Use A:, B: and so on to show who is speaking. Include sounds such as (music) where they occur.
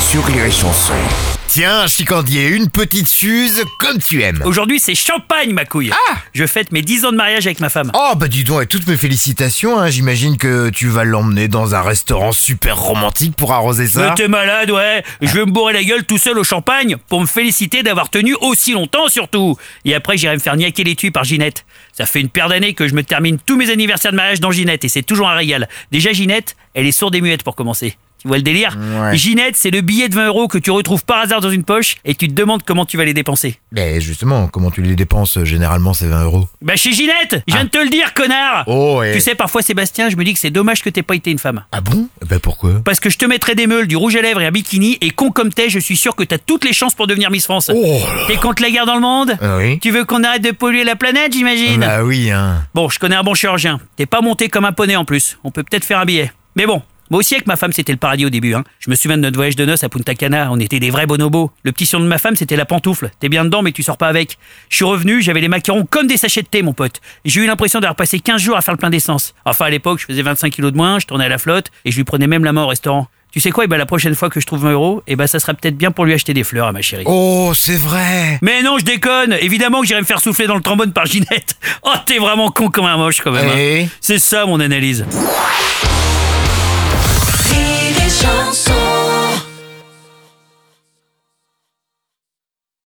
A: sur Rire et Chanson.
B: Tiens, chicandier, une petite suze comme tu aimes.
C: Aujourd'hui, c'est champagne, ma couille.
B: Ah
C: Je fête mes 10 ans de mariage avec ma femme.
B: Oh bah dis donc, et toutes mes félicitations, hein, j'imagine que tu vas l'emmener dans un restaurant super romantique pour arroser
C: Mais
B: ça.
C: t'es malade, ouais. Je vais me bourrer la gueule tout seul au champagne pour me féliciter d'avoir tenu aussi longtemps, surtout. Et après, j'irai me faire niaquer les tuyaux par Ginette. Ça fait une paire d'années que je me termine tous mes anniversaires de mariage dans Ginette et c'est toujours un régal. Déjà, Ginette, elle est sourde et muette pour commencer. Tu vois le délire
B: Ouais.
C: Ginette, c'est le billet de 20 euros que tu retrouves par hasard dans une poche et tu te demandes comment tu vas les dépenser.
B: Mais justement, comment tu les dépenses euh, Généralement c'est 20 euros.
C: Bah chez Ginette Je viens de te le dire, connard
B: Ah. Oh et...
C: Tu sais, parfois, Sébastien, je me dis que c'est dommage que t'aies pas été une femme.
B: Ah bon Bah pourquoi
C: Parce que je te mettrais des meules, du rouge à lèvres et un bikini, et con comme t'es, je suis sûr que t'as toutes les chances pour devenir Miss France.
B: Oh là là.
C: T'es contre la guerre dans le monde
B: Ah Oui
C: Tu veux qu'on arrête de polluer la planète, j'imagine
B: Bah oui, hein.
C: Bon, je connais un bon chirurgien. T'es pas monté comme un poney en plus. On peut peut-être faire un billet. Mais bon, moi aussi avec ma femme, c'était le paradis au début. Hein. Je me souviens de notre voyage de noces à Punta Cana. On était des vrais bonobos. Le petit surnom de ma femme, c'était la pantoufle. T'es bien dedans, mais tu sors pas avec. Je suis revenu, j'avais les macarons comme des sachets de thé, mon pote. J'ai eu l'impression d'avoir passé 15 jours à faire le plein d'essence. Enfin, à l'époque, je faisais 25 kilos de moins, je tournais à la flotte, et je lui prenais même la main au restaurant. Tu sais quoi, eh ben, la prochaine fois que je trouve 20 euros, eh ben, ça sera peut-être bien pour lui acheter des fleurs à ma chérie.
B: Oh c'est vrai
C: Mais non, je déconne. Évidemment que j'irai me faire souffler dans le trombone par Ginette. (laughs) Oh, t'es vraiment con comme un moche quand même. hein.
B: Eh
C: C'est ça mon analyse.
D: Rire et chanson